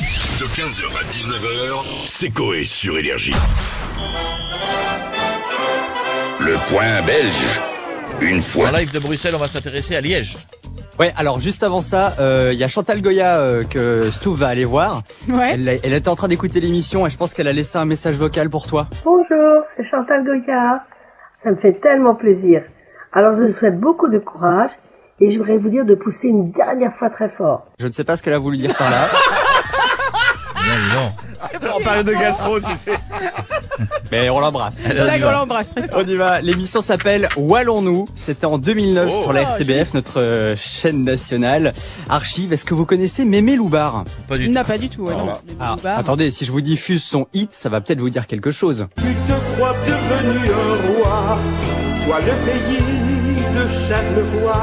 De 15h à 19h, c'est Coé sur Énergie. Le point belge. Une fois. En live de Bruxelles, on va s'intéresser à Liège. Ouais, alors juste avant ça, euh, il y a Chantal Goya euh, que Stouv va aller voir. Ouais. Elle, elle était en train d'écouter l'émission et je pense qu'elle a laissé un message vocal pour toi. Bonjour, c'est Chantal Goya. Ça me fait tellement plaisir. Alors je vous souhaite beaucoup de courage et je voudrais vous dire de pousser une dernière fois très fort. Je ne sais pas ce qu'elle a voulu dire par là. En période de gastro, tu sais. Mais on l'embrasse. Là, on l'embrasse. On y va. L'émission s'appelle Wallons-nous. C'était en 2009 Oh. sur la RTBF, notre euh, chaîne nationale. Archive, est-ce que vous connaissez Mémé Loubar Pas du tout. Non, pas du tout. ouais, non. Les Ah, Booba. Attendez, si je vous diffuse son hit, ça va peut-être vous dire quelque chose. Tu te crois devenu un roi, toi le pays de Charlevoix.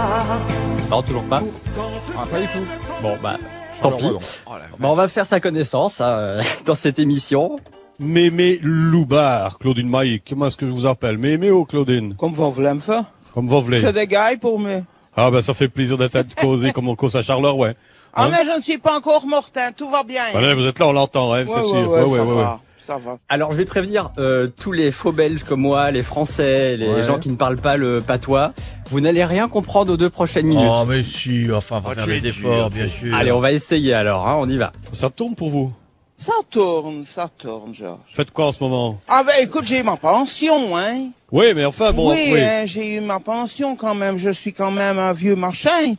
Non, toujours pas. Pourtant, je Ah, pas du tout. Bon, bah, tant Alors, pis. pardon. Bah, on va faire sa connaissance euh, dans cette émission. Mémé Loubard, Claudine Maï, comment est-ce que je vous appelle Mémé ou Claudine Comme vous voulez me faire Comme vous voulez. C'est des gars pour moi. Ah ben ça fait plaisir d'être causé comme on cause à Charleroi. Ah, Hein mais je ne suis pas encore morte, hein, tout va bien. Voilà, vous êtes là, on l'entend, hein, Ouais, c'est ouais, sûr. ouais, Ouais, ouais, ça, ouais, va, ouais. ça va. Alors je vais prévenir euh, tous les faux belges comme moi, les français, les Ouais. gens qui ne parlent pas le patois, vous n'allez rien comprendre aux deux prochaines minutes. Oh, mais si, enfin, on va Oh, faire tu es des dur. efforts, bien sûr. Allez, on va essayer alors, hein, on y va. Ça tourne pour vous. Ça tourne, ça tourne, Georges. Faites quoi en ce moment Ah ben écoute, j'ai eu ma pension, hein. Oui, mais enfin bon, oui, oui. hein, j'ai eu ma pension quand même. Je suis quand même un vieux machin.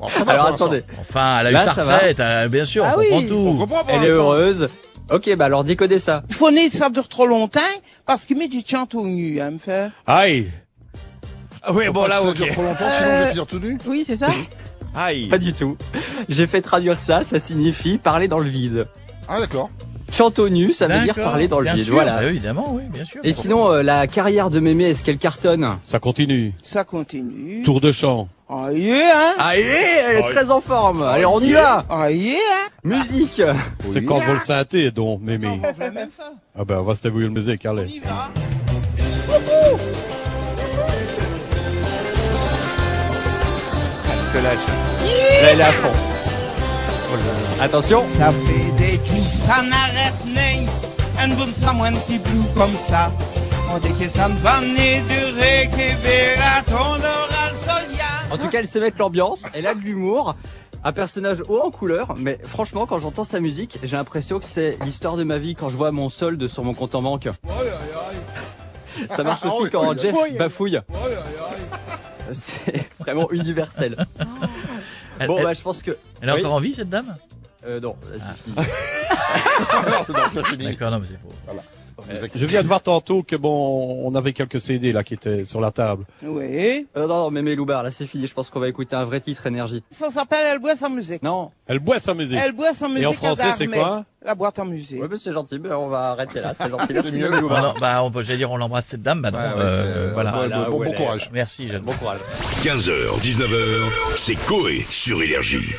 Bon, ça va Alors pour l'instant. attendez, Enfin, elle a Là, eu sa ça va. retraite, euh, bien sûr, Ah on oui. comprend On tout. Oh, comprend pas elle est l'instant. heureuse. Ok, bah alors décodez ça. euh, Il faut ni que ça dure trop longtemps, parce qu'il me dit chante tout nu, hein, me faire. Aïe Ah oui, Faut bon pas là, que ça ok. dure trop longtemps, sinon je Euh, vais finir tout nu. Oui, c'est ça. Aïe. Pas du tout. J'ai fait traduire ça, ça signifie parler dans le vide. Ah d'accord. Chante au nu, ça veut dire D'accord, parler dans le bien vide, sûr, voilà. bah, évidemment, oui, bien sûr. Et sinon, euh, la carrière de Mémé, est-ce qu'elle cartonne Ça continue. Ça continue. Tour de chant. Ah yeah, hein. Allez, elle est Ah oui. très en forme. Allez, on y va. Ah yeah, hein. Musique. C'est quand Ah. vous le sentez, donc, Mémé. On voulait même faire. Ah ben, on va se débrouiller le musique, On allez. y va. Là, elle est à fond. Oh Attention. Ça fait des jours, ça n'arrête nain. Un boum, ça moine qui blue comme ça. On dit que ça ne va mener du récupéra ton oral solia. En tout cas, elle sait mettre l'ambiance, elle a de l'humour, un personnage haut en couleur, mais franchement, quand j'entends sa musique, j'ai l'impression que c'est l'histoire de ma vie quand je vois mon solde sur mon compte en banque. Ça marche Ah aussi quand Jeff bafouille. C'est vraiment universel. Elle, Bon, elle- bah, je pense que. elle a oui. encore envie, cette dame Euh, non, là, c'est Ah. fini. non, c'est fini. D'accord, non, mais c'est faux. Vous êtes- Je viens de voir tantôt que bon, on avait quelques CD là qui étaient sur la table. Oui. Euh, non, non, mais Méloubar, là, c'est fini. Je pense qu'on va écouter un vrai titre énergie. Ça s'appelle Elle boit sa musique. Non. Elle boit sa musique. Elle boit sa musique Et en à français, c'est Darnay. quoi La boîte en musique. Ouais, mais c'est gentil, mais on va arrêter là. C'est gentil. Merci, mieux. On, Méloubar. en- bah, on peut, j'allais dire, on l'embrasse, cette dame, bah non, Ouais, ouais, euh, c'est- voilà. bon, Voilà, bon, où elle bon est. courage. Merci, Jeanne. Bon courage. 15h, 19h, c'est Coé sur Énergie.